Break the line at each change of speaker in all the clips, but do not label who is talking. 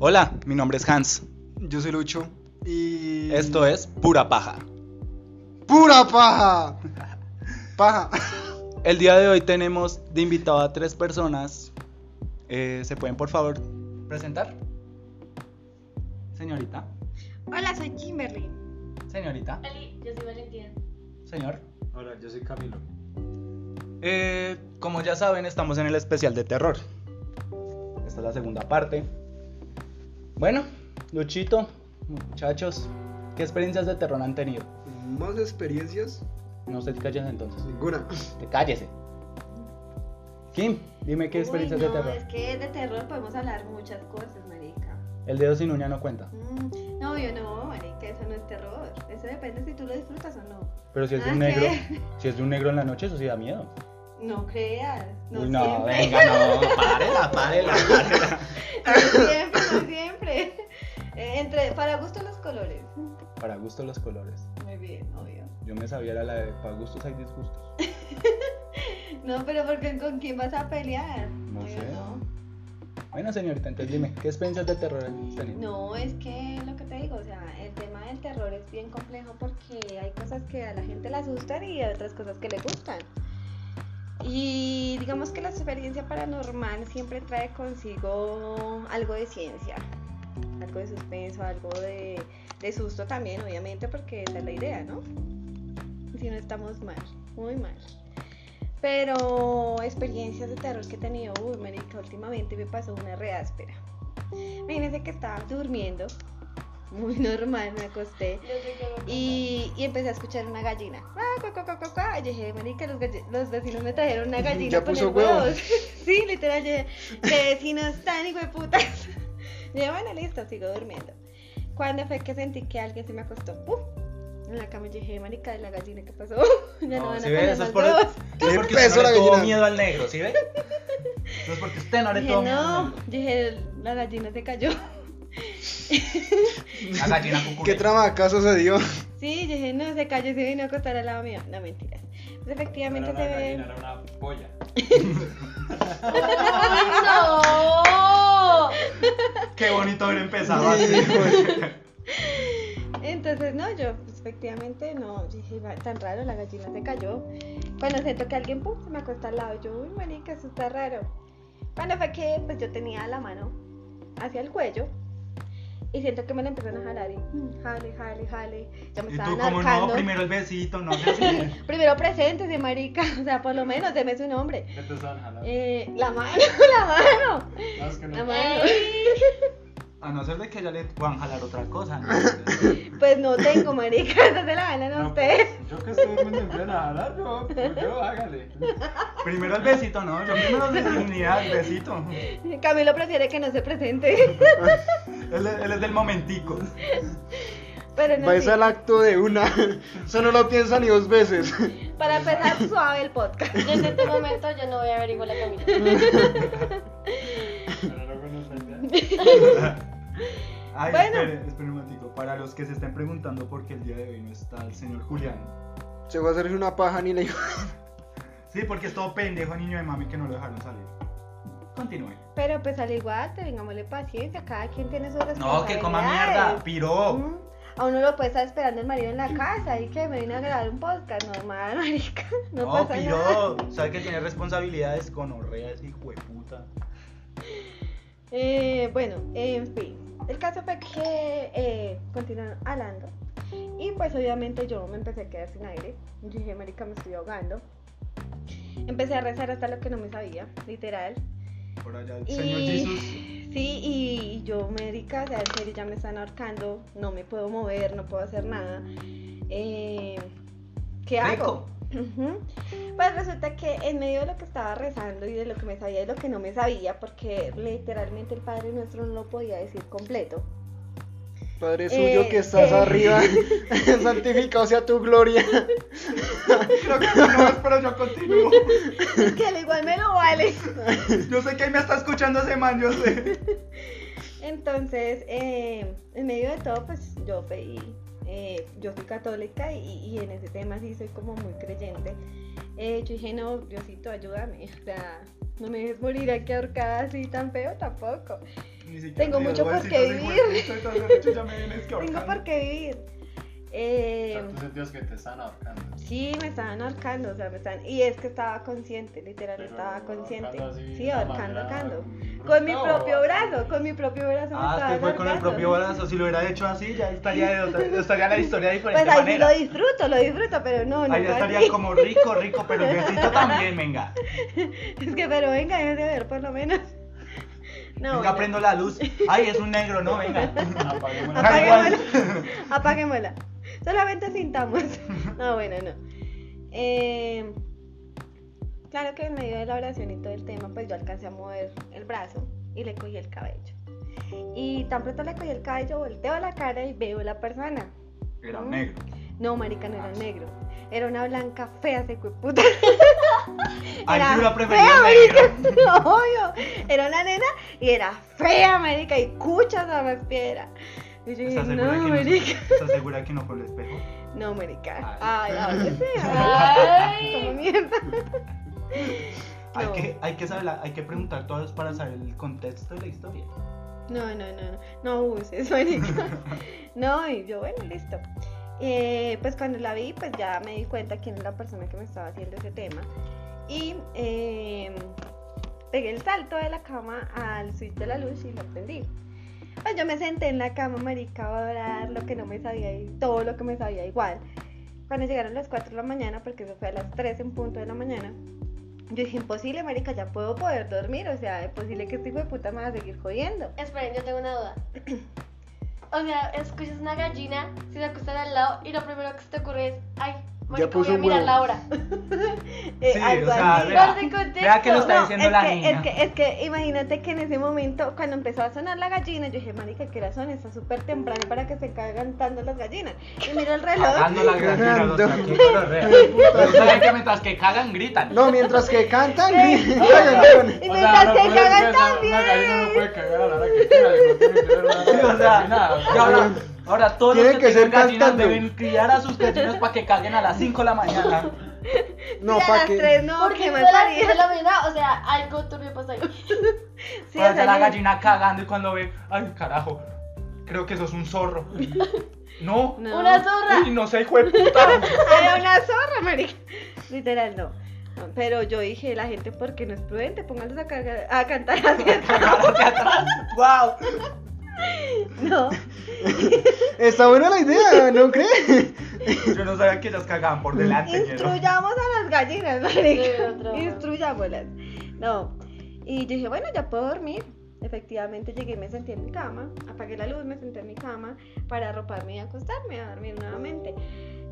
Hola, mi nombre es Hans.
Yo soy Lucho y...
Esto es Pura Paja.
¡Pura paja! Paja.
El día de hoy tenemos de invitado a tres personas. Eh, ¿Se pueden por favor presentar? Señorita,
Hola, soy Kimberly.
señorita,
Oli, yo soy Valentina.
señor.
Hola, yo soy Camilo.
Eh, como ya saben, estamos en el especial de terror. Esta es la segunda parte. Bueno, Luchito, muchachos, ¿qué experiencias de terror han tenido?
Más experiencias,
No se callen entonces.
ninguna.
Te cállese. Kim, dime qué experiencias
Uy,
de
no,
terror.
Es que de terror podemos hablar muchas cosas, marica.
El dedo sin uña no cuenta.
Mm, no, yo no, marica, eso no es terror. Eso depende si tú lo disfrutas o no.
Pero si es de un
Nada que
negro,
ver.
si es de un negro en la noche, eso sí da miedo.
No creas. No,
Uy, no,
siempre.
venga, no, párela, párela, párela.
No siempre, no siempre. Eh, entre, para gusto los colores.
Para gusto los colores.
Muy bien, obvio.
Yo me sabía era la de para gustos hay disgustos.
No, pero porque con quién vas a pelear.
No
Yo
sé.
No.
Bueno, señorita, entonces dime, ¿qué experiencias de terror has tenido?
No, es que lo que te digo, o sea, el tema del terror es bien complejo porque hay cosas que a la gente le asustan y hay otras cosas que le gustan. Y digamos que la experiencia paranormal siempre trae consigo algo de ciencia, algo de suspenso, algo de, de susto también, obviamente, porque esa es la idea, ¿no? Si no estamos mal, muy mal. Pero experiencias de terror que he tenido, uy, marica, últimamente me pasó una reáspera. Imagínense que estaba durmiendo, muy normal, me acosté.
Yo soy Clara Plata.
Y, y empecé a escuchar una gallina. Ah, cuá, cuá, cuá, cuá, cuá. Y dije, marica, los, galle- los vecinos me trajeron una gallina
Ya
para
puso
poner
huevo.
huevos. sí, literal, yo dije, qué vecinos tan hijo de putas. Y yo, bueno, listo, sigo durmiendo. Cuando fue que sentí que alguien se me acostó, ¡puf! En la cama yo dije, marica, ¿y la gallina qué pasó? ya no, van a
si
poner
ves, eso es
más
por
huevos.
es porque usted
Empezó
no
la
le tuvo
gallina.
miedo al negro, ¿sí ve? Eso es porque usted no le
Dije,
tuvo miedo al
no,
negro.
dije, la gallina se cayó.
La gallina cucurella.
¿Qué trama acaso se dio?
Sí, yo dije, no, se cayó, se vino a acostar al lado mío. No, mentiras. Pues efectivamente
No era
se
una
ve.
gallina, era una polla.
¡No!
Qué bonito haber empezado así.
Hijo
Entonces, no, yo pues, efectivamente no, yo dije, "Va, tan raro, la gallina se cayó. Cuando siento que alguien, pum, se me acostó al lado, yo, uy, marica, eso está raro. Cuando fue que, pues yo tenía la mano hacia el cuello y siento que me la empezaron a jalar y, mm, jale, jale, jale. Ya me
Y
estaban
tú como no,
ahorcando.
primero el besito, no sé si.
Primero preséntese, marica, o sea, por lo menos, deme su nombre.
¿Qué te estaban jalando?
Eh, la mano, la mano,
No, es que no.
la mano.
A no ser de que ya le van a jalar otra cosa. ¿no?
Pues no tengo, marica, esa se la ganan a
No,
ustedes.
Yo que estoy muy en plena jalar, yo, pues yo hágale.
Primero el besito, ¿no? Yo primero la dignidad, el besito.
pues.
Camilo prefiere que no se presente.
Él, es- él es del momentico.
Pero no
Vais
sí.
al acto de una. Eso no lo piensa ni dos veces.
Para empezar suave el podcast.
Desde este momento yo no voy a ver igual a Camila.
Pero luego nos vendían.
Ay,
Bueno.
espere, espere un momentico. Para los que se estén preguntando por qué el día de hoy no está el señor Julián.
Se va a hacerse una paja ni la hijo.
Sí, porque es todo pendejo niño de mami que no lo dejaron salir. Continúe.
Pero pues al igual, tengámosle paciencia. Cada quien tiene sus responsabilidades.
No, que coma mierda, piro.
Mm, A uno lo puede estar esperando el marido en la casa y que me viene a grabar un podcast normal, marica. No,
No,
pasa nada.
piro. Sabe que tiene responsabilidades con orrea ese hijo de puta.
Eh, bueno, en fin. El caso fue que eh, continuaron hablando. Y pues obviamente yo me empecé a quedar sin aire. Yo dije, marica, me estoy ahogando. Empecé a rezar hasta lo que no me sabía, literal.
Por allá,
Y-
señor Jesús.
Sí, y yo, médica, o sea, en serio, ya me están ahorcando, no me puedo mover, no puedo hacer nada. Eh, ¿Qué hago? Ujú. Pues resulta que en medio de lo que estaba rezando y de lo que me sabía y lo que no me sabía, porque literalmente el Padre Nuestro no lo podía decir completo.
Padre
Eh,
suyo que estás
eh.
arriba. Santificado sea tu gloria.
Creo que eso no es, pero yo continúo.
Es que al igual me lo vale.
Yo sé que ahí me está escuchando ese man, yo sé.
Entonces, eh, en medio de todo, pues yo pedí eh, yo soy católica y, y en ese tema sí soy como muy creyente. Eh, yo dije, no, Diosito, ayúdame. O sea, no me dejes morir aquí ahorcada así tan feo tampoco.
Ni siquiera
Tengo
te digo,
mucho
"Voy a
por
decir,
qué
"No sé,
vivir".
güey, estoy tan derecho, ya me vienes que
Tengo
ahorcando".
por qué vivir.
O
Eh,
sea, tú sentías que te estaban ahorcando.
Sí, me estaban ahorcando, o sea, me estaban... Y es que estaba consciente, literal,
Pero
estaba consciente.
ahorcando así,
sí,
de una
ahorcando,
manera
ahorcando.
bruta
Con mi
o-
propio brazo, con mi propio brazo me
Ah, es que
estaban
fue con el
ahorcando.
propio brazo. Si lo hubiera hecho así, ya estaría, de otra- estaría la historia de diferente
Pues ahí sí
manera.
lo disfruto, lo disfruto, pero no, no
Ahí
fue
estaría
así.
como rico, rico, pero el Diosito también, venga.
Es que, pero venga, déjese ver por lo menos. No,
venga,
bueno.
prendo la luz. Ay, es un negro, no, venga.
Apaguemos la-
Apaguémosla. Apaguémosla. Solamente sintamos. No, bueno, no. Eh, claro que en medio de la oración y todo el tema, pues yo alcancé a mover el brazo y le cogí el cabello. Y tan pronto le cogí el cabello, volteo la cara y veo la persona.
Era un negro.
No, marica, no era negro. Era una blanca fea, se puta.
Ay,
Era
yo
fea,
hubiera preferido el negro.
marica, obvio. Era una nena y era fea, marica, y cuchas a más piedra. Y yo dije,
¿Estás
no,
segura, que no,
marica.
¿Estás segura que no fue el espejo?
No, marica.
Ay.
Ay, ahora sí.
Ay.
Como mierda.
Hay,
No.
que, hay, que saber, hay que preguntar todos para saber el contexto de la historia.
No, no, no, no. No abuses, marica. No, y yo, bueno, listo. Eh, pues cuando la vi, pues ya me di cuenta quién era la persona que me estaba haciendo ese tema. Y eh, pegué el salto de la cama al switch de la luz y lo prendí. Pues yo me senté en la cama, marica, a orar lo que no me sabía y todo lo que me sabía igual. Cuando llegaron las 4 de la mañana, porque eso fue a las 3 en punto de la mañana, yo dije, imposible, marica, ya puedo poder dormir, o sea, imposible que este hijo de puta me va a seguir jodiendo.
Esperen, yo tengo una duda. O sea, escuchas una gallina, se te acuestan al lado y lo primero que se te ocurre es, ay, marica,
puso
voy a mirar
huevo.
la hora.
Eh,
Sí,
algo
o sea,
así.
vea,
Parte contexto.
vea que lo está
No,
diciendo
es
la
que,
niña.
Es que, es que imagínate que en ese momento, cuando empezó a sonar la gallina, yo dije, marica, ¿qué hora son? Está súper temprano para que se caigan tanto las gallinas. Y miro el
Ah,
reloj.
Cagando la gallina,
Cagando.
los tranquilos, los reales. Pero saben que mientras que cagan, gritan.
No, mientras que cantan, gritan.
Y
Ah, pues,
O sea,
mientras
no
se
puedes
cagan
besar- Una gallina no
también.
puede cagar a la hora que quiera, digo, tiene que ver una
Sí, o sea,
gallina.
y ahora, ahora todos
Tienen
los
que
que
ser
tienen gallinas
cantando.
deben criar a sus gallinas para que caguen a las 5 de la mañana.
No,
Sí, a
para
las
que.
tres, no,
Porque
porque
me
me
la de
paría.
la mañana, o sea, algo turbio pasó ahí.
Sí,
Ahora
o
está
sea,
la
yo-
gallina cagando y cuando ve, ay carajo, creo que sos un zorro. No,
No.
Una zorra.
uy, no sé, hijo de puta.
Era una zorra, marica. Literal, no. No, Pero yo dije, la gente, porque no es prudente, pónganlos a, cagar- a cantar así.
Cagar hacia atrás. Wow.
No.
Está buena la idea, ¿no crees?
Yo no sabía que ellas cagaban por delante. ñero.
Instruyamos a las gallinas,
Sí, otro.
marica. Instruyámoslas. No. Y yo dije, bueno, ya puedo dormir. Efectivamente llegué, y me senté en mi cama, apagué la luz, me senté en mi cama para arroparme y acostarme a dormir nuevamente.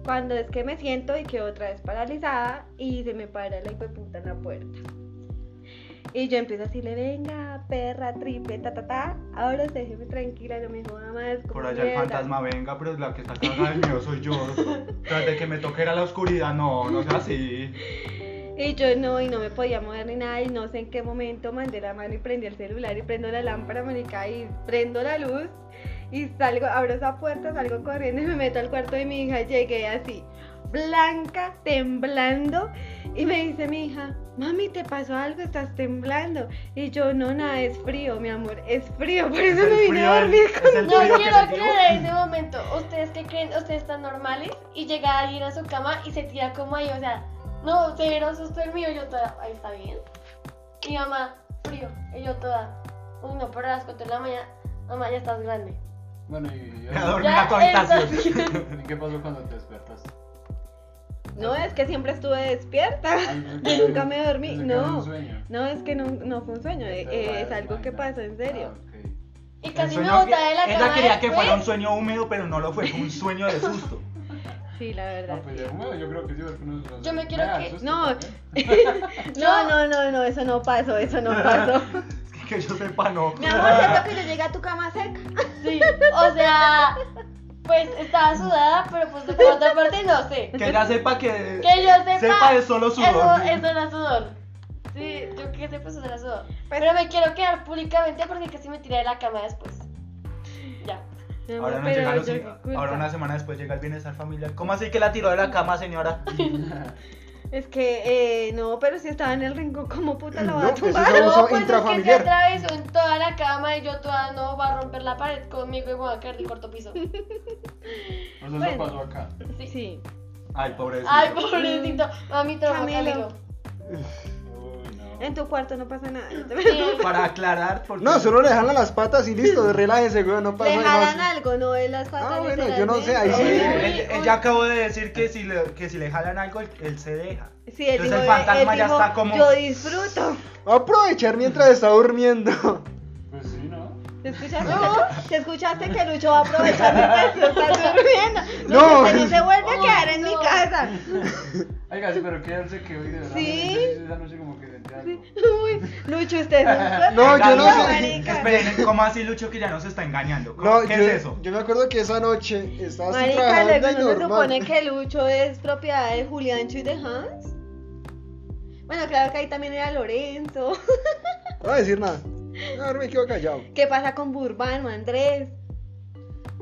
Cuando es que me siento y quedo otra vez paralizada y se me para la hijueputa en la puerta. Y yo empiezo a decirle, venga, perra, triple, ta, ta, ta, ahora sí, déjeme tranquila, no me joda más. como
Por allá el
mierda".
fantasma venga, pero la que está cagada de miedo soy yo. Tras de que me toque era la oscuridad, no, no sea así.
Y yo no, y no me podía mover ni nada, y no sé en qué momento mandé la mano y prendí el celular y prendo la lámpara, marica, y prendo la luz y salgo, abro esa puerta, salgo corriendo y me meto al cuarto de mi hija y llegué así, blanca, temblando, y me dice mi hija, mami, ¿te pasó algo? Estás temblando. Y yo, no, nada, es frío, mi amor, es frío, por eso
el
me vine
frío
a
del-
dormir
es
con
el
No
frío que
quiero
les digo.
aclarar ese momento. ¿Ustedes qué creen? ¿Ustedes están normales? Y llega alguien a su cama y se tira como ahí. O sea, no, se vieron susto el mío. Yo toda, ahí está bien. Mi mamá, frío. Y yo toda, uy, no, pero a las 4 de la mañana, mamá, ya estás grande.
Bueno, y- y
Ve a dormir
Ya,
a tu habitación.
entonces-
¿y qué pasó cuando te despertas?
No, es que siempre estuve despierta.
Ay, yo
Y
creo
nunca
que-
me dormí,
pensé que
no.
era un sueño.
No, es que no, no fue un sueño, eh,
Entonces,
eh, es
vaya,
algo que
imagina.
pasó en serio.
Ah, ok.
Y
El
casi me
sueño
botaba de la
que-
cama.
Ella quería que
después.
fuera un sueño húmedo, pero no lo fue, fue un sueño de susto.
Sí, la verdad.
No, pues de nuevo, yo creo que sí, porque uno no
Yo me
sé.
quiero
Ah,
que-
susto
no.
también.
No, no, no, no, eso no pasó, eso no pasó.
Es que, que yo sepa, no.
Mi amor, ¿cierto que yo llegué a tu cama seca?
Sí, o sea, pues estaba sudada, pero pues de por otra parte no sé.
Que ella sepa que.
Que yo sepa.
Sepa es solo sudor.
Eso, eso era sudor. Sí, yo que sepa eso era sudor.
Pues-
Pero me quiero quedar públicamente porque casi me tiré de la cama después. Ya.
Mi amor,
Ahora, no
pero
llega a los
yo
cin-
qué culpa.
ahora una semana después llega el bienestar familiar. ¿Cómo así que la tiró de la cama, señora?
Es que, eh, no, pero si estaba en el rincón, ¿cómo puta la va
No,
a
pues
tumbar?
eso Vamos a
pues
intrafamiliar.
es que se atravesó en toda la cama y yo toda no va a romper la pared conmigo y voy a caer del corto piso.
O sea, eso
Bueno.
pasó acá.
Sí.
Sí.
Ay, pobrecito.
Ay, pobrecito. Mami, trabaja
Camilo.
conmigo.
Uy, no.
En tu cuarto no pasa nada. yo te-
Sí.
Para aclarar, porque...
No, solo le jalan las patas y listo, relájese, güey, no pasa
Le jalan
nada.
algo, no es las patas.
Ah, bueno, yo no sé, ahí
Sí,
sí.
Uy,
él-
uy.
ella acabó de decir que si le, que si le jalan algo, él, él se deja.
Sí, él
Entonces
dijo,
el fantasma
él
ya
dijo,
está como-
Yo disfruto.
Aprovechar mientras está durmiendo.
Pues sí, ¿no?
¿Te escuchaste? ¿Te escuchaste que Lucho va a aprovechar mientras tú estás durmiendo?
No.
Lucho, que no se vuelve a
Oh,
quedar en mi
no.
casa.
Oiga, sí, pero quédense que hoy de verdad.
Sí.
me sentí Esa noche como que sentí algo.
Uy, Lucho, usted es un pues,
No,
Venga,
yo no
Lucho,
sé.
marica.
Esperen, ¿cómo así Lucho que ya nos está engañando? ¿Cómo-
No,
¿Qué
yo,
es eso?
yo me acuerdo que esa noche estaba así
Marica,
trabajando
luego
y
no se
normal.
supone que Lucho es propiedad de Juliancho y de Hans. Bueno, claro que ahí también era Lorenzo.
No voy a decir nada. Ahora me quedo callado.
¿Qué pasa con Burbano, Andrés?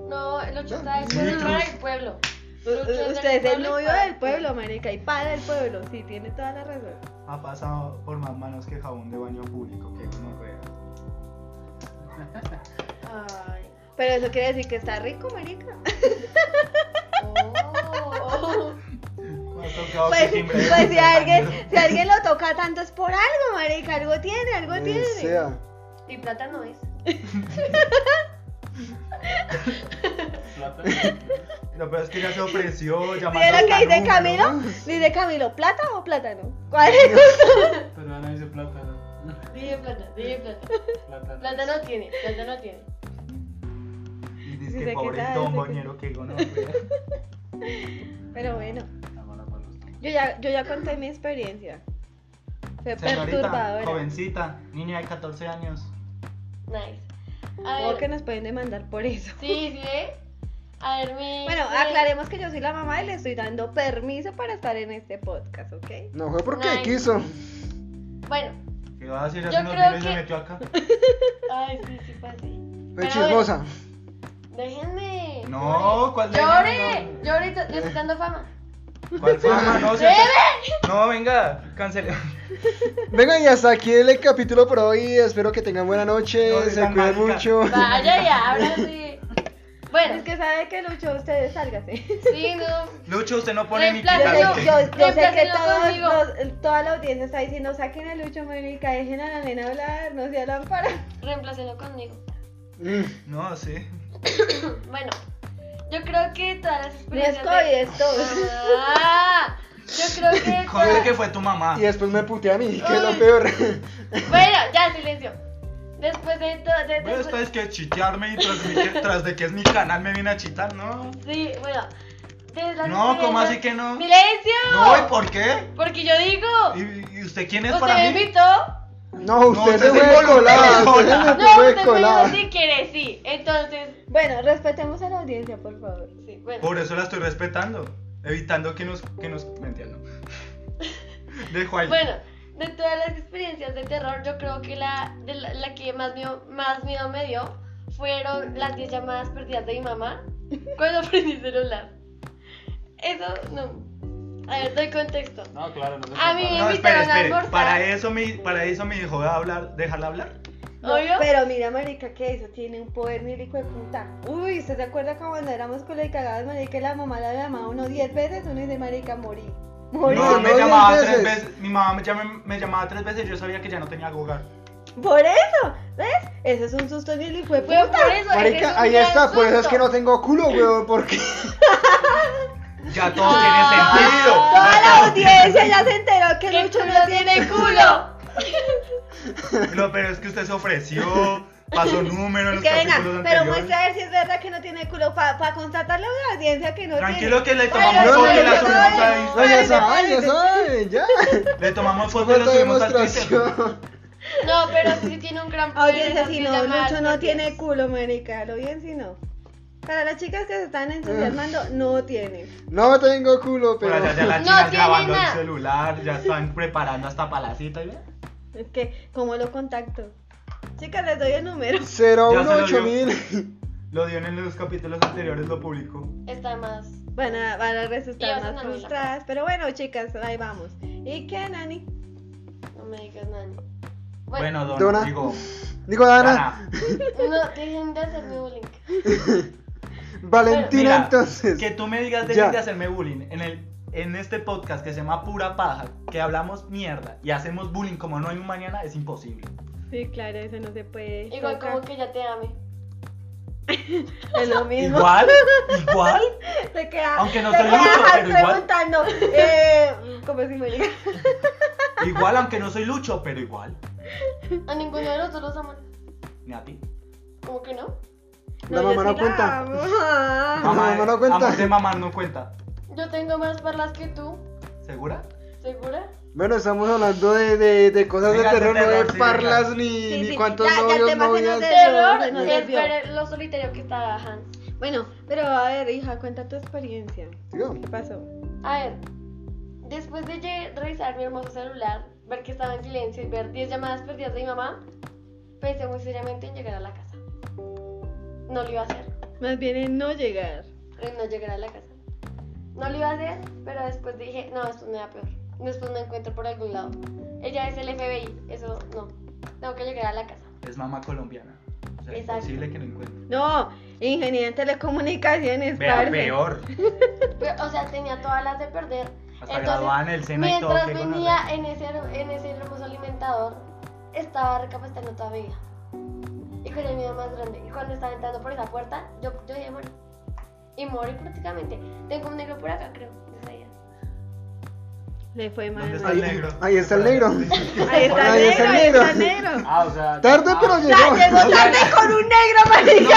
No, el ocho está después del mar del pueblo.
U-
Lucho Eh, es del
u- Usted es el
pueblo y
novio
para
del pueblo, marica, y para del pueblo. Sí, tiene toda la razón.
Ha pasado por más manos que jabón de baño público, que no rea.
Ay.
Pero eso quiere decir que está rico, marica.
Oh.
Me ha tocado que
Pues,
timbre de
pues si,
compañero.
alguien, si alguien lo toca tanto es por algo, marica. Algo tiene,
Pues
algo
Donde
tiene.
Eh, sea.
Y plata no es.
Plata.
Lo peor es que ya se ofreció llamando
Mira lo que
hasta
dice
número.
Camilo. Dice Camilo, ¿plata o plátano? ¿Cuál es?
Pero Ana dice plátano.
Dije plata, dije plata.
Plátano.
Plata no tiene, plata no tiene.
Y dice
Dice
que
que
pobre
sabe,
don
dice
boñero que digo, no, pues, rea.
Pero bueno.
La mala para los
Yo ya, yo ya conté mi experiencia. Fue
Señorita,
perturbadora.
jovencita, niña de 14 años.
Nice. A
O
ver.
que nos pueden demandar por eso.
Sí, sí, ¿eh? A ver, mi.
Bueno,
mi-
aclaremos que yo soy la mamá y le estoy dando permiso para estar en este podcast, ¿ok?
No fue porque
Ay.
quiso.
Bueno,
Que va a decir,
Yo
hace unos
creo
días se
que-
metió acá.
ay, sí, sí, pues sí.
Fue
Pero
chismosa.
bueno, déjenme.
No, ¿cuál de-
Llore, yo ahorita, yo estoy dando fama.
¿Cuál fama? No, se- no venga, cancele.
Venga, y hasta aquí el capítulo por hoy. Espero que tengan buena noche.
No,
se
sean
cuiden
marica.
mucho.
Vaya y ahora sí. Bueno,
Es que sabe que Lucho, ustedes sálgase.
sí, no.
Lucho, usted no pone ni
Yo,
Reemplazo.
pita.
yo,
¿sí?
yo- yo sé que
Reemplácenlo
todos
conmigo.
los- toda la audiencia está diciendo, saquen a Lucho, marica, dejen a la nena hablar, no se hablan para...
Reemplácelo conmigo.
Mm.
No, sí.
Bueno, yo creo que todas las
No es
experiencias.
COVID,
de-
es todo.
Ah, yo creo que.
Joder,
todas-
que fue tu mamá.
Y después me puteé a mí, que es lo
Ay.
peor.
Bueno, ya, silencio. Después de todo. de-
Bueno,
después-
esta es que chitearme y tras, mi- tras de que es mi canal me viene a chitar, ¿no?
Sí, bueno. de las
No, ¿cómo
experiencias-
así que no?
¡Silencio!
No, ¿y por qué?
Porque yo digo.
¿Y, y usted quién es
Usted
para
me
mí? Ah,
invitó.
No, usted
usted
se
se
fue
involucró.
colada. Usted
No,
se
usted
fue
me dijo
colada.
si quiere, sí. Entonces,
Bueno, respetemos a la audiencia, por favor.
sí, bueno.
Por eso la estoy respetando, evitando que nos que nos me entiendo. Dejo ahí.
Bueno, de todas las experiencias de terror, yo creo que la, de la, la que más miedo, más miedo me dio fueron las 10 llamadas perdidas de mi mamá cuando prendí el celular. Eso no. A ver, doy contexto.
No, claro, no se
A mí-
compara.
no, espere,
invitaron a
espere.
almorzar.
Para eso me para eso me dijo hablar, dejarla hablar.
No,
¿Obvio?
Pero mira, marica, que eso tiene un poder ni hijo de puta. Uy, ¿usted se acuerda cuando cuando éramos con la cagadas, marica, y la mamá la llamaba uno diez veces? Uno dice, marica, morí. Morí.
No,
no,
me
diez
llamaba tres
veces.
veces. Mi mamá me, llam- me llamaba tres veces y yo sabía que ya no tenía hogar.
Por eso, ¿ves? Eso es un susto ni hijo de
Fue
puta.
por eso. es que es un
Marica, ahí
gran
está, por eso es que no
susto.
tengo culo, weón, porque
Ya todo tiene sentido.
Toda la audiencia ya se enteró que
Que
Lucho
culo
no
tiene
tiene
culo.
No, pero es que usted se ofreció, pasó número en
Es
los
que venga,
capítulos
pero
anteriores.
muestra a ver si es verdad que no tiene culo para constatarle a la audiencia que no
Tranquilo
tiene.
que le
Pero
tomamos
yo
foto
no
y la
le
subimos
doy. no,
a
ya
Parece,
saben, ya
parece.
saben, ya.
Insta. Le tomamos foto y la
Falta
subimos a Twitter.
demostración.
No, pero sí tiene un gran poder.
Audiencia,
esas
si
diez
no,
llamadas
Lucho no
perdidas.
tiene culo, marica, lo bien si no. Para las chicas que se están
Ah.
entusiasmando, no tiene.
No tengo culo,
Por
pero.
allá ya las
No
chicas
tiene
grabando el
nada.
celular, ya están preparando hasta palacita y ve.
Es que, ¿cómo lo contacto? Chicas, les doy el número.
Ya se lo
018
dio.
mil.
Lo dio en los capítulos anteriores, lo publicó.
Está más.
Van a, van a
Y
resultar
vas a
más
una novela.
frustradas. Pero bueno, chicas, ahí vamos. ¿Y qué, Nani?
No me digas nani.
Bueno, don,
Dona.
digo,
Digo, Dana,
Dana,
no, dejen de hacerme bullying.
Valentina
Mira,
entonces.
que tú me digas
Ya.
dejen de hacerme bullying en el en este podcast que se llama Pura Paja, que hablamos mierda y hacemos bullying como no hay un mañana, es imposible.
Sí, claro, eso no se puede.
Igual
toca.
como que ya te ame.
Es lo mismo.
Igual, igual.
Te queda,
Aunque no
te
soy
queda
lucho,
Hans
pero igual.
preguntando. Eh, ¿Cómo si me llega?
Igual, aunque no soy lucho, pero igual.
A ninguno de los dos los aman.
Ni a ti.
Como que no.
La
yo
mamá no
sí la
cuenta. Ah.
amo.
Mamá,
eh,
no lo cuenta.
amor de mamá no cuenta.
Yo tengo más perlas que tú.
¿Segura?
¿Segura?
Bueno, estamos hablando de, de, de cosas de
Venga, de
terror, no de
terror, sí,
parlas
venga.
ni,
Sí,
ni
sí,
cuántos
ya- ya el
novios,
tema se nos
novias.
de-
Terror
no, no,
es
no,
ver lo solitario que está Hans.
Bueno, pero a ver, hija, cuenta tu experiencia.
Digo,
¿Qué pasó?
A ver, después de ye- revisar mi hermoso celular, ver que estaba en silencio y ver 10 llamadas perdidas de mi mamá, pensé muy seriamente en llegar a la casa. No lo iba a hacer,
Más bien en no llegar.
en no llegar a la casa. No lo iba a hacer, pero después dije, no, esto me da peor. Después me encuentro por algún lado. Ella es el FBI, eso no. Tengo que llegar a la casa.
Es mamá colombiana. O sea,
Exacto.
imposible que no encuentre.
No, ingeniería en telecomunicaciones,
Vea,
parce.
peor.
Pero, o sea, tenía todas las de perder.
Hasta graduada en el SENA y todo.
Mientras
qué
venía
gonorrea.
en ese, en ese hermoso alimentador, estaba recapacitando toda mi vida. Y con el miedo más grande. Y cuando estaba entrando por esa puerta, yo, yo dije, morir. Y morí prácticamente. Tengo un negro por acá, creo. no sabía.
Le fue mal.
¿Dónde está
Ahí-
el negro?
ahí está el negro.
Ahí está
Ahí
negro,
está
ahí
negro.
está negro.
Ah, o sea.
Tarde,
ah,
pero
Ya
llegó.
llegó tarde con un negro, marica.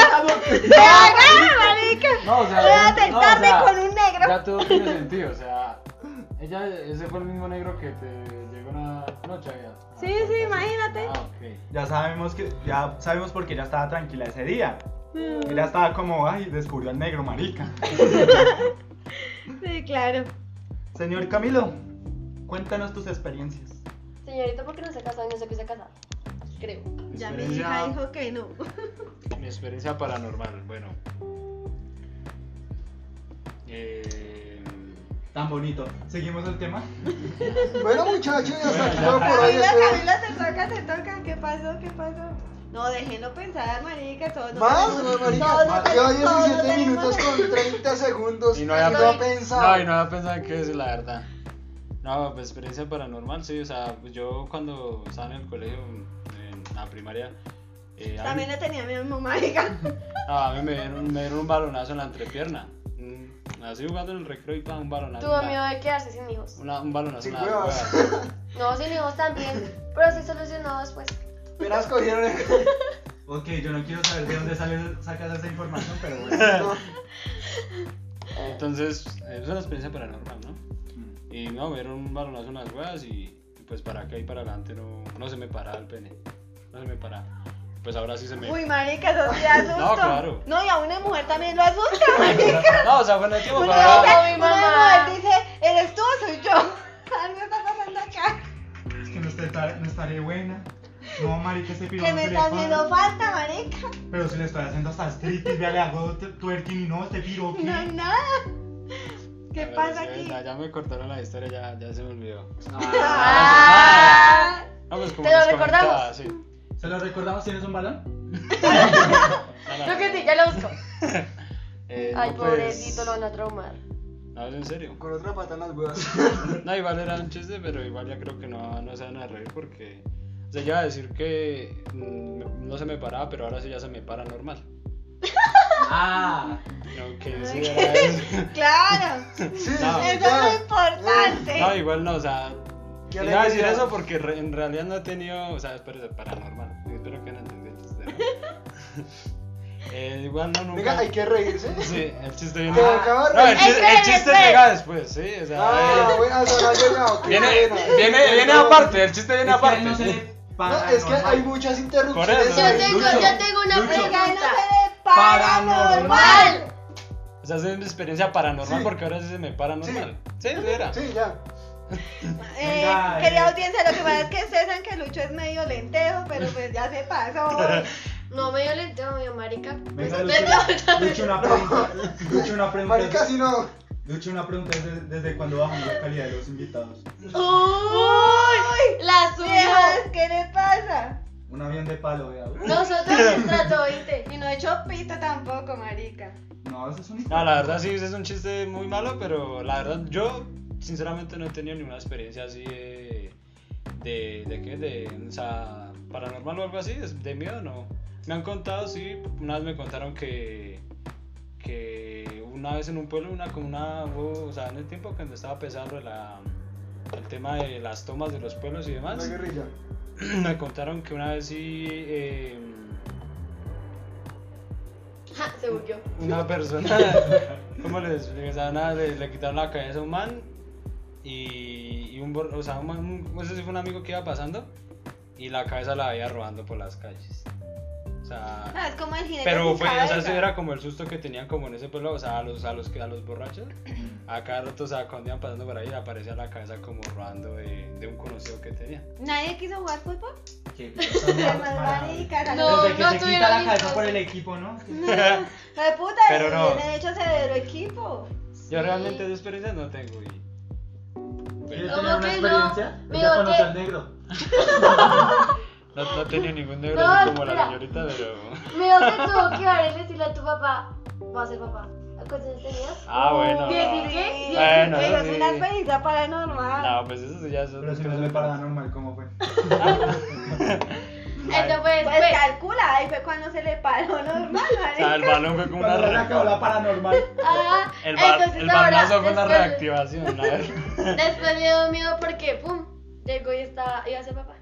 Se haga, marica.
No, o sea.
Quédate
no, o
tarde
sea,
con un negro.
Ya todo tiene sentido, o sea. Ella, ese fue el mismo negro que te llegó una noche allá.
Sí, sí, imagínate.
Ah, ok.
Ya sabemos que ya sabemos por qué ella estaba tranquila ese día.
Mm.
Ella estaba como, ay, descubrió al negro, marica.
Sí, claro.
Señor Camilo, cuéntanos tus experiencias.
Señorita, ¿por qué no se casó y no se quiso casar? Creo.
Ya mi
Experiencia-
hija dijo que no.
Mi experiencia paranormal, bueno. Eh,
Tan bonito. ¿Seguimos el tema?
Bueno, muchachos, hasta aquí todo por hoy.
Camila,
espero-
Camila, te toca, te toca. ¿Qué pasó? ¿Qué pasó? No, déjenlo pensar, marica. Todos no
Más,
tenemos-
no, marica,
todos no
más.
tenemos-
Lleva
todos no
17
tenemos-
minutos con 30 segundos.
Y no había
pensado.
no, y no había pensado en qué es la verdad. No, pues, experiencia paranormal, sí, o sea, pues, yo cuando estaba en el colegio, en la primaria, eh, a mí-
También le tenía a mi mamá, marica.
no, a mí me dieron, me dieron un balonazo en la entrepierna. Un- Así jugando en el recreo y pa, un balonazo.
Tuvo
en la-
miedo de quedarse sin hijos.
una- un balonazo en
Sin
la
huevas.
hueva.
No, sin hijos también. Pero se solucionó después.
Verás, cogieron el-
Ok, yo no quiero saber de dónde sale- sacas esa información, pero bueno.
Entonces, eh, es una experiencia paranormal, ¿no? Y no, me dieron un balonazo en las huevas y y, pues para acá y para adelante no, no se me paraba el pene. No se me paraba. Pues ahora sí se me...
Uy, marica, eso sí asusta.
No, claro.
No, y a una mujer también lo asusta, marica.
No, o sea, fue en el tiempo
Una,
para...
dice-
no, mi
una
mamá.
mujer dice, ¿eres tú o soy yo? Algo está pasando acá.
Es que no, está- no estaré buena. No, marica, ese pibe
Que
no
me
se le
está
para.
haciendo falta, marica.
Pero si le estoy haciendo hasta striptease, vea, le hago tu- twerking y no, este piro, ¿qué?
No, nada. ¿Qué
Ya,
pasa
ya,
aquí?
pues, Ya, ya me cortaron la historia, ya, ya se me olvidó.
Ah.
No, pues como
Te lo
les comentaba,
recordamos.
sí.
¿Se lo recordamos? ¿Tienes un balón?
No, no,
Creo que
no.
sí, ya lo busco.
Eh,
Ay,
no, pues,
pobrecito, lo van a traumar.
No, es en serio.
Con otra pata en las huevas.
No, igual era un chiste, pero igual ya creo que no, no se van a reír porque... O sea, yo iba a decir que mm, no se me paraba, pero ahora sí ya se me para normal.
Ah,
No, que sí era eso.
Claro.
Sí,
Eso
No.
ya.
es lo importante.
No, igual no, o sea...
Qué
Yo iba a decir
alegría.
eso porque re- en realidad no he tenido... O sea, espero paranormal. Espero que no entendí el chiste. ¿no? Eh, igual no, nunca...
Venga, hay que reírse.
Sí, el chiste viene.
Te acabo de
No, el
reír.
chiste, el chiste
Espere,
llega después, sí. O sea,
Ah,
eh,
bueno, hasta no ha llegado. qué
viene,
pena.
viene, viene aparte, el chiste viene
es que a él no
aparte.
se le
No,
para.
es que hay
normal.
muchas
Por
interrupciones.
eso.
Yo tengo,
Lucho,
yo tengo una
Lucho.
Oiga, no
pregunta.
se le paranormal.
Mal.
O sea, es una experiencia paranormal
Sí.
porque ahora sí se me paranormal. Sí, sí era.
Sí, ya.
Eh,
Venga,
querida
eh.
audiencia, lo que pasa es que César que Lucho es medio lentejo, pero pues ya se pasó.
No, medio lento, medio marica.
Venga,
Respeto.
Lucho, Lucho, una pregunta. Lucho, una pregunta.
Marica, si no.
Lucho, una pregunta. ¿Desde, desde cuándo bajamos la calidad de los invitados?
¡Uy! La
Viejas,
subió.
¿qué le pasa?
Un avión de palo, vea.
Nosotros en trato, ¿viste?
Y no he hecho pito tampoco, marica.
No, eso es un...
No, la verdad sí, ese es un chiste muy malo, pero la verdad yo sinceramente no he tenido ninguna experiencia así de... ¿De, de qué? De, o sea, paranormal o algo así, es- de miedo no. Me han contado, sí, una vez me contaron que... Que una vez en un pueblo, una comuna, hubo- o sea, en el tiempo cuando estaba pesando la, el tema de las tomas de los pueblos y demás.
La guerrilla.
me contaron que una vez sí eh,
Ja, se huyó.
una persona ¿cómo les explico? O sea, una- le, le quitaron la cabeza a un man y, y un bor- o sea un, man- un- no sé si fue un amigo que iba pasando y la cabeza la veía rodando por las calles o sea
No, es como el jinete.
pero
sin
fue, o sea,
cabeza.
eso era como el susto que tenían como en ese pueblo, o sea, a los, a los, que- a los borrachos. A cada rato, o sea, cuando iban pasando por ahí, le aparecía la cabeza como rodando de, de un conocido que tenía.
¿Nadie quiso jugar fútbol?
Qué
Las más maricas, a
No,
los-
Desde que
no
se quita
tuviera
la
mis
cabeza por
cosas.
el equipo, ¿no?
No, de puta,
Pero
y
no.
de hecho se debió equipo.
Yo realmente de experiencia no tengo y...
¿Quieres
¿Cómo
tener una
que no?
experiencia?
Digo
Ella conoce
que-
al negro.
No, no tenía ningún negro
No,
así como la
espera.
señorita, pero.
Medio que tuvo que haber y decirle a tu papá, va a ser papá. ¿Cuántos años tenías?
Ah, bueno.
¿Diez y
No,
qué?
Sí,
Bueno,
pero
eso
es
sí.
una experiencia paranormal.
No, pues eso sí ya es.
Pero si no me paraba normal, ¿cómo fue?
Eso fue
Pues
después.
calcula, ahí fue cuando se le paró normal,
O sea, el
marica.
balón fue como una.
Cuando le
re-
acabó la paranormal.
Ah,
El, ba-
entonces
el
ahora,
balonazo fue una
después-
reactivación, a ver.
Después me dio miedo porque, pum, llegó y estaba, iba a ser papá.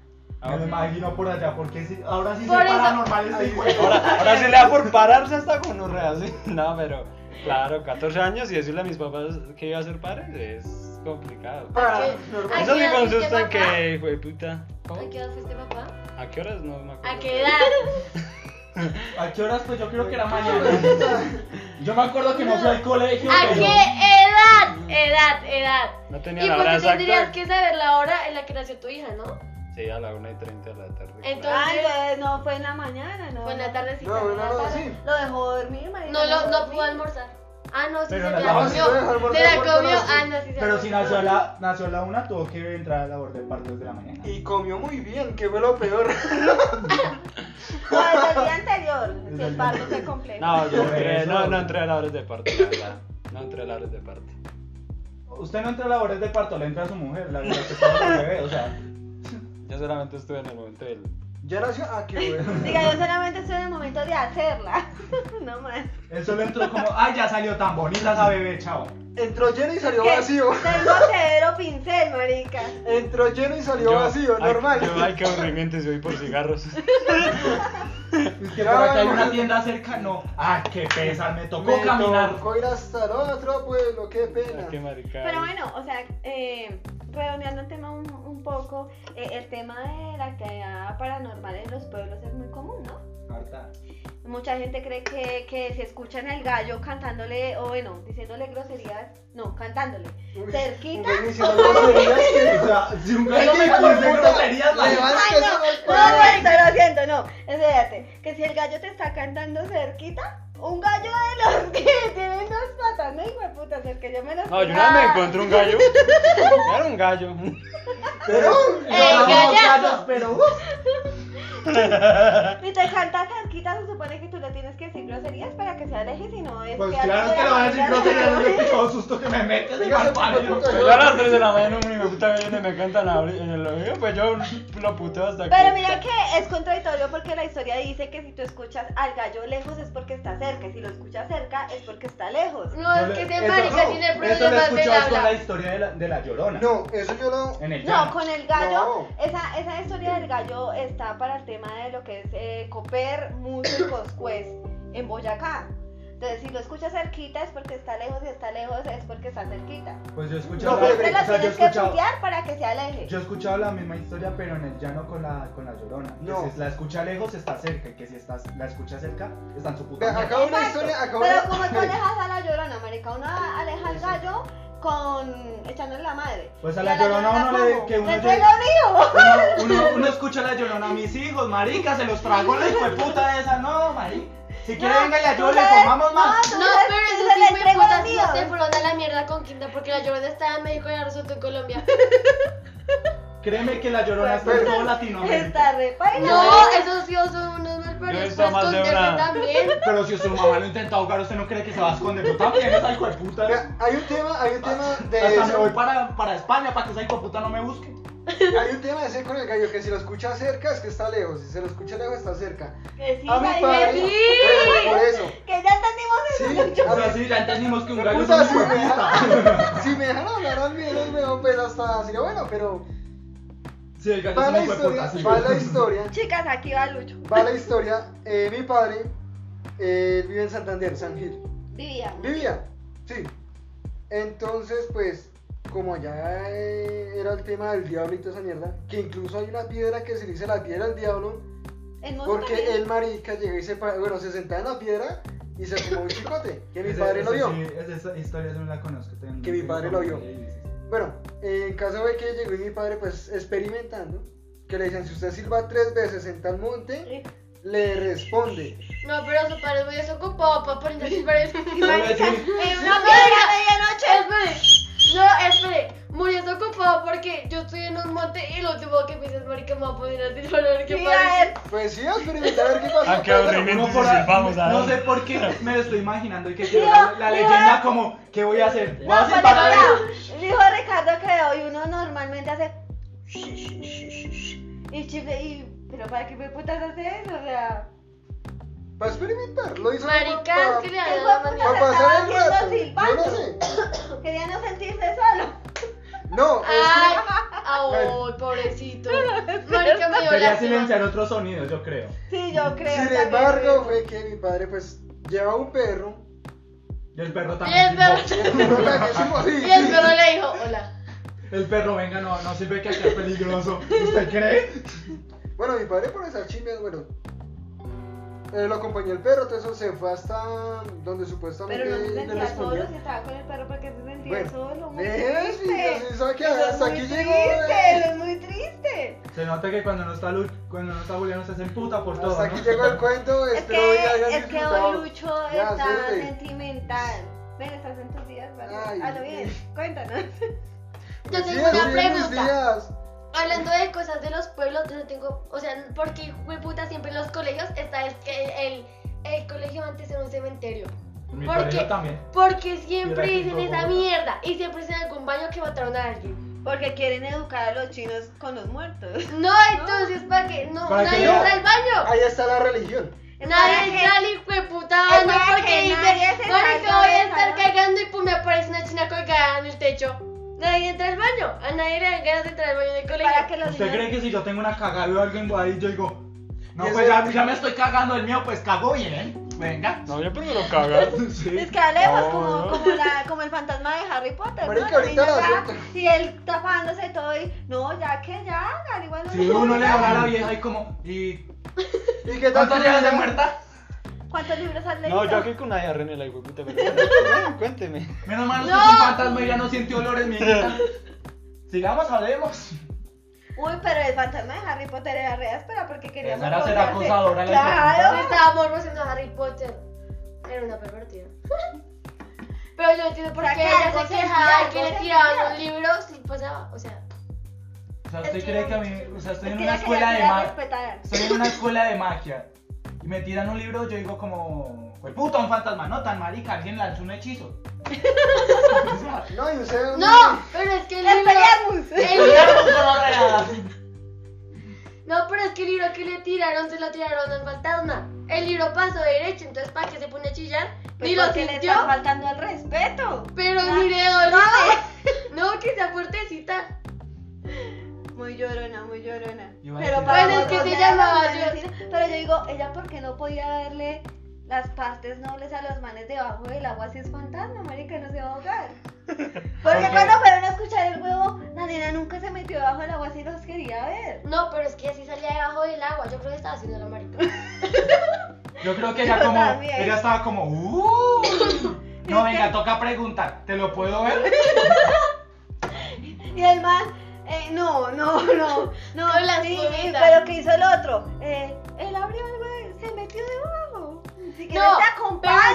Me lo imagino por allá, porque si, ahora sí
Por
soy
eso-
paranormal este hijo de-
Ahora, ahora sí le da por pararse hasta con un así. No, pero. Claro, 14 años y decirle a mis papás que iba a ser padre es complicado.
Ah,
¿A
Eso
qué
sí
edad
fue un
fuiste
susto en
papá?
que, hijo de puta.
¿A
¿Cómo?
qué edad fuiste papá?
¿A qué horas? No me
¿A
acuerdo.
qué edad?
¿A qué horas? Pues yo creo que era mañana. Yo me acuerdo que no fui al colegio.
¿A
pero-
qué edad? Edad, edad.
No tenía
Y
la
porque
hora
tendrías
exacta.
que saber la hora en la que nació tu hija, ¿no?
Sí, a la 1 y 30 de la tarde.
Entonces-
Ah, entonces no fue en la mañana, no.
Fue en la tardecita.
No,
En la
una hora
tarde.
así.
Lo dejó dormir, marica.
No, lo, no
dormí.
pudo almorzar. Ah, no, sí
Pero
se
la
la
dejó-
comió.
sí, dejó
Se
almorzar
la
por
comió.
conocer.
Ah, no, sí se
Pero si
almorzó.
nació a la, nació a la una, tuvo que entrar a labor de partos de la mañana.
Y comió muy bien, que fue lo peor.
No, desde el día anterior. Si
Desde
el
el-
parto se completa.
No, yo
Por
entré,
eso.
no, no entré a la hora de parte, la verdad. No entré a la hora de parte.
Usted no entra a labores de parto, le entra a su mujer, la la que está el bebé, o sea.
Yo solamente estuve en el momento del.
Ya nació. Ah, qué bueno.
Diga, yo solamente estoy en el momento de hacerla. No más.
Él solo entró como, ay, ya salió tan bonita esa bebé, chao.
Entró lleno y salió
¿Qué?
vacío.
Tengo severo pincel, marica.
Entró lleno y salió
Yo-
vacío,
ay,
normal.
Yo, ay, qué aburrimiento si voy por cigarros.
Es que por acá hay una tienda cerca, no. Ay, qué pesar, me tocó
Me
caminar.
tocó ir hasta el otro pueblo, qué
Ay,
pena.
qué maricada.
Pero bueno, o sea, eh, redondeando el tema un, un poco, eh, el tema de la actividad paranormal en los pueblos es muy común, ¿no?
Marta,
Mucha gente cree que, que si escuchan al gallo cantándole, o bueno, diciéndole groserías, no, cantándole,
Uy,
cerquita.
Ven y si no lo groserías, que-
O sea, si un
Ven
gallo
y
me
hijo de
contó
puta,
groserías,
le
la
vas
Ay,
que
no,
se
no,
lo
siento, lo siento, no, espérate, que si el gallo te está cantando cerquita, un gallo de los que tienen dos patas, no, hijo de puta, es el que yo me los
No, yo una vez me encontré un gallo. Era un gallo.
Pero,
Eh, ¡Ey,
gallos,
gallazo!
pero.
uh. Si te cantas cerquita, se supone que tú le tienes que decir groserías para que se aleje, si no es
Pues
que
claro que le van a decir groserías, es el todo susto que me metes,
Diga,
diga,
hijo de puta,
Yo a las 3 de la mañana un hijo de puta gallo me cantan abri- en el oído, pues yo lo puteo hasta
Pero
que.
mira que es contradictorio porque la historia dice que si tú escuchas al gallo lejos es porque está cerca, y si lo escuchas cerca es porque está lejos.
No, es que ese marica
no,
tiene
Eso lo
problemas del
escuchado con la
habla.
historia de la, de la llorona.
No, eso yo lo.
En el
No,
llano.
con el gallo,
No.
esa, esa historia del gallo está para el tema de lo que es eh, Coper, Muso y Coscuez en Boyacá. Entonces, si lo escuchas cerquita es porque está lejos, y está lejos es porque está cerquita.
Pues yo he
No,
escuchado.
pero-
Entonces,
pero-
la
o sea, yo he
tienes que
escuchado.
estudiar para que se aleje.
Yo he escuchado la misma historia, pero en el llano con la, con la llorona.
No.
Que si la escucha lejos, está cerca. Y que si estás, la escucha cerca, está en su
Ve,
puta. madre.
acaba una
Exacto.
historia, acaba
Pero
una.
como tú alejas a la llorona, marica, uno aleja al gallo,
con echándole la madre.
Pues a
Y
la llorona
llorona
uno le-
como,
que uno
"¡Me
llegue-
fue lo mío!
Uno, uno- uno escucha la llorona a mis hijos, marica, se los tragó la puta esa, no, marica. Si quiere,
No,
venga, ya yo
tú
le
sabes,
comamos más.
No,
No,
pero
se
esos
la
hijos de
entregó a
putas
Dios.
no se fueron a la mierda con Quinta porque la llorona estaba en México y la resultó en Colombia.
Créeme que la llorona está en todo Latinoamérica.
Está re paila.
No, esos hijos son unos mal
Yo
peores
he estado más de una.
también.
Pero si su mamá lo intenta ahogar, usted no cree que se va a esconder. Tú también esa hijo de puta.
Vea, Hay un tema, hay un tema de
Hasta me voy
eso.
para, para España para que esa hijo de puta no me busque.
Hay un tema de ese con el gallo que si lo escucha cerca es que está lejos. Si se lo escucha lejos está cerca.
Que sí,
A mi
ay,
padre.
que sí.
Por por eso.
Que ya entendimos
Sí,
eso.
O
a
sea,
mí-
sí, ya entendimos que un gallo es
Puta,
un
si,
hijo
me
de puta.
dejan, si me dejan hablar al menos, weón, pues hasta así bueno, pero
Sí, el gallo
va
es un
la
hijo de puta.
historia,
sí.
va la historia,
Chicas, aquí va Lucho.
va la historia, eh, mi padre eh, vive en Santander, San Gil,
Vivía.
vivía, sí, entonces pues como allá eh, era el tema del diablo y toda esa mierda, que incluso hay una piedra que se le dice la piedra del diablo,
En Monza
porque
también.
el marica llegó y se, pa- bueno, se sentaba en la piedra y se fumó un chicote, que mi
Ese-
padre lo
ese
vio.
sí, esa- esa historia sí me la conozco. tengo-
Que mi
tengo
padre lo vio.
familia y-
Bueno, eh, en caso de que llegó y mi padre, pues experimentando, que le dicen: si usted silba tres veces en tal monte, le responde.
No, pero su padre es muy desocupado para ponerse así para eso.
Marica,
Sí.
en
No,
una
espera.
piedra medianoche.
Espere, no, espere, murió desocupado porque yo estoy en un monte y lo último que piensas, marica, me va a poner así para ver qué
Mira,
parece.
él.
Pues sí, experimenta a ver qué Pues, pasa.
Ah, qué
Pero bueno,
aburrimiento.
Uno por
Sí,
ahí-
vamos a
no
darle.
sé por qué me lo estoy imaginando y que quiero la, la leyenda como, ¿qué voy a hacer?
No,
¿Voy a hacer
pues,
para
no,
ver?
no. Dijo Ricardo que hoy uno normalmente hace. Y chifle, y. Pero para qué me putas hace eso, o sea.
Para experimentar, lo hizo.
Marica, es
pa-
que le
pa-
había
Qué
dado
guapo.
manía.
pa pasar el
Estaba
rato.
haciendo
Yo no sé.
silbato. Quería no sentirse solo.
No, es
Ay,
que-
ay, pobrecito. Marica me dio
Quería
lástima.
silenciar otros sonidos, yo creo.
Sí, yo creo.
Sin
también,
embargo,
pero-
fue que mi padre, pues, llevaba un perro.
Y el perro
Y
también.
el perro,
silbó.
El perro la que hicimos, sí,
y el
sí.
perro le dijo, hola.
El perro, venga, no, no sirve que aquí es peligroso. ¿Usted cree?
Bueno, mi padre por esas chismes, bueno. eh, lo acompañó el perro, todo eso se fue hasta donde supuestamente
Pero no se
le
sentía
respondió.
solo, si estaba con el perro, porque se sentía
Bueno,
solo? Muy
¿Ves?
triste.
Fija, sí, sabe que
Eso es
hasta
muy
aquí
triste,
llegó, eh.
Eso es muy triste.
Se nota que cuando no está, Lu- cuando no está Julián, se hacen puta por todo.
Hasta aquí
¿no?
llegó el cuento,
Es
espero ya hayan
que, es que
disfrutado.
hoy Lucho
Ya,
está
suerte.
sentimental. Ven, estás en tus días, ¿vale?
Ay.
Hazlo bien, cuéntanos.
Yo
Sí,
tengo una
sí, buenos
pregunta.
días.
Hablando de cosas de los pueblos, yo no tengo, o sea, porque puta siempre en los colegios está es que el, el colegio antes era un cementerio.
Mi
¿Por
pareja
qué?
también.
Porque
Mira,
siempre
aquí
dicen
todo
esa
Bogotá.
mierda y siempre es en algún baño que mataron a alguien.
Porque quieren educar a los chinos con los muertos.
No, entonces para que no
¿Para
nadie
qué no?
entra al baño.
Ahí está la religión.
Nadie
para que-
entra al hijo de puta
es
baño
para que
porque dice,
nadie se
"Marica,
salga
voy a
del
estar
salón".
cagando y pues me aparece una china colgada en el techo. Nadie entra al baño, a nadie le dan ganas de entrar al baño del colegio.
Para que los
¿Usted
niños.
cree que si yo tengo una cagada y veo a alguien por ahí, yo digo, no,
¿Qué
pues
es
ya,
eso?
ya me estoy cagando el mío, pues cago bien. Venga.
No, yo primero cagar.
Sí.
Es que hablemos
No,
como,
no.
Como, la, como el fantasma de Harry Potter.
Marica,
¿no? El niño
ahorita
ya,
la acepto.
si él tapándose todo y. No, ya que ya, hagan, igual no
Si
le-
uno le habla a la vieja y como, ¿y
¿Y qué tal?
cuánto llevas de muerta?
¿Cuántos libros has leído?
No, yo aquí con una diarrea en el aire, puta, pero bueno, cuénteme.
Menos mal, usted
No.
es un fantasma y ya no siente olores, mi hijita. Sigamos, hablemos.
Uy, pero el fantasma de Harry Potter era re áspera porque quería
Esa era ser
encontrarse.
acosadora,
Yo
la
Claro.
estaba morboseando a Harry Potter. Era una pervertida. Pero yo no entiendo por
O sea,
qué
que
ella
algo
se
sentía,
quejaba
algo
que le
sentía.
tiraban los libros y pasaba, o sea,
O sea,
Es
¿usted
que
cree
no-
que a mí, o
Es
sea, estoy en
Pues que
una
ella quería
escuela
que
de
la
magia,
respetaran.
estoy en una escuela de magia y me tiran un libro, yo digo como, pues puta, un fantasma, no tan marica, alguien lanzó un hechizo. O sea,
No, y usted.
no, pero es que el
¡Las
libro,
peleamos!
el libro-
¡Sigamos, gonorrea!
no, pero es que el libro que le tiraron se lo tiraron al fantasma. El libro pasó derecho, entonces para que se pone a chillar,
Pues
ni lo
porque le
sintió,
está Ah. faltando al respeto.
pero
Ya.
ni le dolió. No, que sea fuertecita.
Muy llorona, muy llorona.
Iba a
Pero
decir-
para
Pues es
los
que
dos
se
ya
llamaba
era
yo-
mentira. Pero yo digo, ella porque no podía darle las partes nobles a los manes debajo del agua si es fantasma, marica, no se va a ahogar. Porque
Ok.
cuando fueron a escuchar el huevo, la nena nunca se metió debajo del agua si los quería ver.
No, pero es que así salía debajo del agua, yo creo que estaba haciendo la marica.
Yo creo que ella
Yo
como,
también.
ella estaba como, ¡uh! No, venga, toca preguntar. ¿Te lo puedo ver?
Y el man, eh, no, no, no, no,
Con las
sí,
puñetas.
pero ¿qué hizo el otro? Eh, él abrió algo, se metió debajo. Si quieres te
No, Pero es que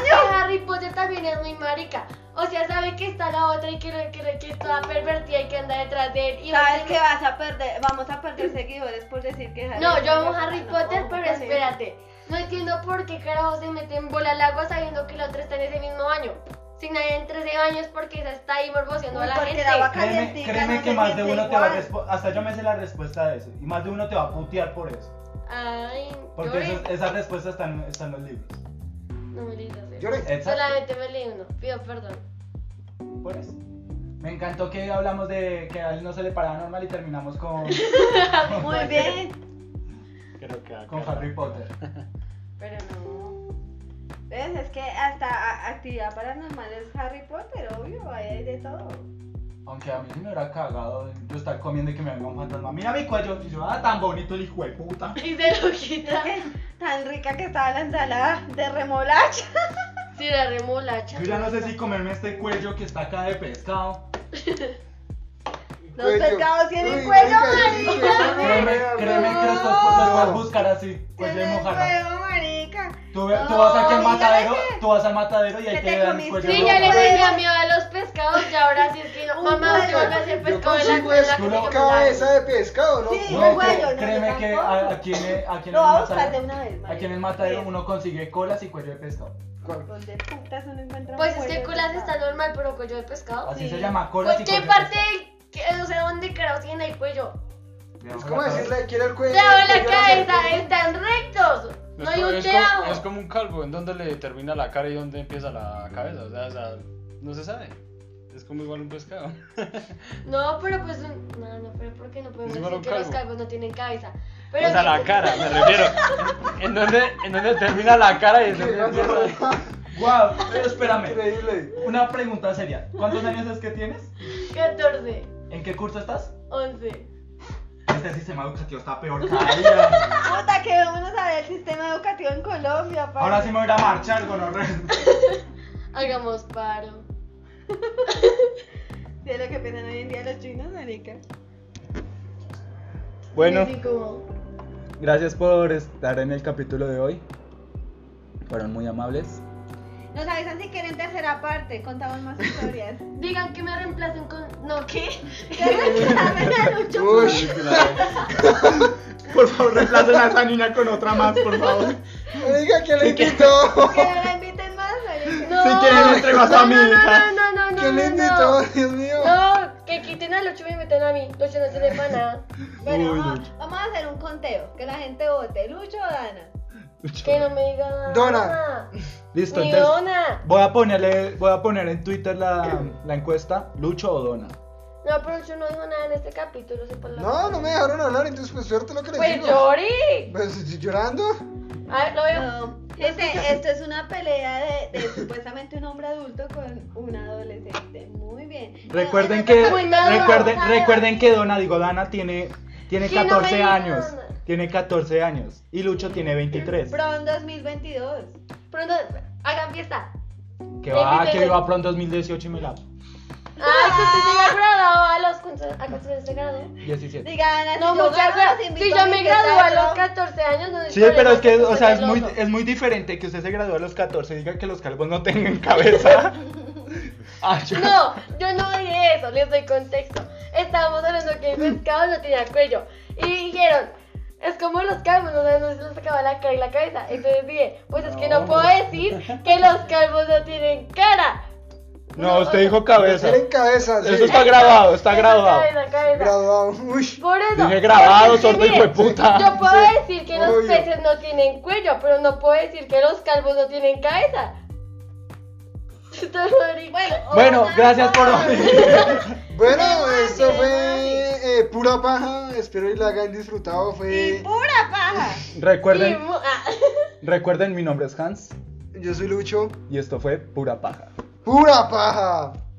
acompaño.
Harry Potter también es muy marica. O sea, sabe que está la otra y que, que, que está pervertida y que anda detrás de él. Y
Sabes
obviamente-
que vas a perder, vamos a perder seguidores por decir que Harry
No, yo amo
Potter-
Harry
no,
Potter,
ojo
pero
con eso.
espérate. No entiendo por qué carajo se mete en bola al agua sabiendo que la otra está en ese mismo año. Si nadie en 13 años porque esa está ahí morboseando a
Uy,
la
porque
gente.
la vaca-
Créeme,
Calientica,
créeme
no
que
se
más de
siente
uno te va a
igual.
respo- Hasta yo me sé la respuesta de eso. Y más de uno te va a putear por eso.
Ay,
Porque
lloré.
esas, esas respuestas están, están en los libros.
No me leí los
Lloré.
Eh, Exacto.
Solamente me leí uno. Pido perdón.
Por eso. Me encantó que hablamos de que a él no se le paraba normal y terminamos con,
Muy bien.
Creo que acá-
con Harry Potter.
Pero no. ¿Ves? Es que hasta a- actividad paranormal es Harry Potter, obvio, ahí hay de todo.
Aunque a mí sí me hubiera cagado yo estar comiendo y que me venga un fantasma. Mira mi cuello. Y yo, ah, tan bonito el hijo de puta.
Y se lo quita.
Tan rica que estaba la ensalada de remolacha.
Si la remolacha.
Yo ya no sé si comerme este cuello que está acá de pescado.
Los pescados tienen cuello,
Créeme, créeme que los vas los vas a buscar así. Cuello Pues de
Tiene
mojarra.
huevo, marica.
Tú, ve- tú vas aquí al
No,
matadero,
dígame.
tú vas al matadero y
Que
ahí
te
te dan
comiste
cuello de
Sí, ya le
Pues-
mojarra.
tenía miedo a los pescados y ahora sí es que no.
Un
Mamá, usted
huevo.
vuelve a hacer
Yo
pescado en la
consigo
en la
es
comida.
cabeza de pescado, ¿no?
Sí. cuello,
No, cre-
no,
créeme
yo
que
tampoco.
a, aquí en el, aquí en
Lo
el
voy a buscar de
matadero,
una vez, marica.
aquí en el matadero
Sí.
uno consigue colas y cuello de pescado.
¿Cuál?
¿Dónde putas uno encuentra un
Pues es
cuello
que
de
colas
pescado?
está normal, pero cuello de pescado.
Así
Sí.
se llama colas
Pues
y
qué
cuello
parte
de
del. que- O sea, ¿dónde carajo tiene el cuello?
pescado.
Es como decirle quiere el
Pues,
cuello.
Te hago
el
la
cuello,
cabeza,
el
están rectos. No hay
co-
un te
como-
hago.
es como un calvo, en donde le termina la cara y donde empieza la cabeza. O sea, o sea, no se sabe. Es como igual un pescado.
No, pero pues. un- No, no, pero ¿por qué no podemos
Es igual
decir
a un
que los
calvo.
calvos no tienen cabeza? Pero
O sea, la cara, me refiero. En donde, en donde termina la cara y en donde empieza.
Wow, pero
cuello.
espérame.
Increíble.
Una pregunta seria. ¿Cuántos años es que tienes?
14,
¿En qué curso estás?
11.
Este sistema educativo está peor cada día.
Puta, que vamos a ver el sistema educativo en Colombia, parce.
Ahora sí me voy a ir a marchar, gonorrea.
Hagamos paro.
Sí, es lo que piensan hoy en día los chinos, marica.
Bueno,
Y así como,
gracias por estar en el capítulo de hoy. Fueron muy amables.
Nos avisan si quieren tercera parte, contamos más historias.
Digan que me reemplacen con. No, ¿qué?
Uy.
Por favor, reemplacen a esa niña con otra más, por favor.
Oiga, ¿quién le invitó?
que no la inviten más, marica.
No.
Si quieren, entre más a mi
no,
hija.
no, no, no, no,
¿Quién le
no,
invitó?
no,
Dios mío.
no, que quiten al 8 y me metan a mí. Lucho no se le para nada.
Bueno,
Uy,
vamos, vamos a hacer un conteo, que la gente vote, Lucho o Dana.
Que no me digan.
Dona.
Listo,
Ni
entonces.
Dona.
Voy a ponerle, voy a poner en Twitter la, la encuesta, Lucho o Dona.
No, pero Lucho no dijo nada en este capítulo. sepa la
No, no me dejaron hablar, entonces pues suerte lo que les
Pues
digo.
lloré.
Pues llorando.
A ver, lo veo.
No. Gente, esto es una pelea de, de supuestamente un hombre adulto con un adolescente. Muy bien.
Recuerden que,
Muy maduro,
recuerden,
maduro.
recuerden que Dona, digo Dana tiene, tiene
Sí, no me
14
digan.
años, tiene 14 años y Lucho tiene 23.
Bron 2022.
Pronto, hagan fiesta.
Que va,
Repite,
que va pronto 2018 y me la
Ay, que usted llega graduado a los. ¿cuántos- ¿A cuántos años se graduó?
17.
Digan, así
No,
yo
muchas
gano, los
gracias.
invito
Si
a
yo
mi
me gradué a
teatro.
los 14 años, no hay
Sí,
problema,
pero es que, o sea, es
usted
muy,
loco.
es muy diferente que usted se graduó a los 14 y diga que los calvos no tengan cabeza. Ah, yo-
No, yo no dije eso, les doy contexto. Estábamos hablando que el pescado no tenía cuello. Y dijeron, es como los calvos, no saben dónde se les acaba la cara y la cabeza. Entonces dije, pues es que no
No.
puedo decir que los calvos no tienen cara.
No, usted dijo cabeza.
Tienen cabeza, sí.
Eso está grabado, está
Eso,
grabado.
Cabeza, cabeza.
Graduado. Uy.
Por eso.
Dije grabado,
porque es que
sordo y
mire,
puta.
Yo puedo
Sí,
decir que los
obvio.
peces no tienen cuello, pero no puedo decir que los calvos no tienen cabeza. Bueno,
Bueno, gracias por hoy.
Bueno,
Mami,
esto fue
mami.
eh, pura paja. Espero y la hayan disfrutado.
Y
Fue.
pura paja.
Recuerden, recuerden, mi nombre es Hans
Yo soy Lucho.
y esto fue Pura Paja.
¡Pura paja!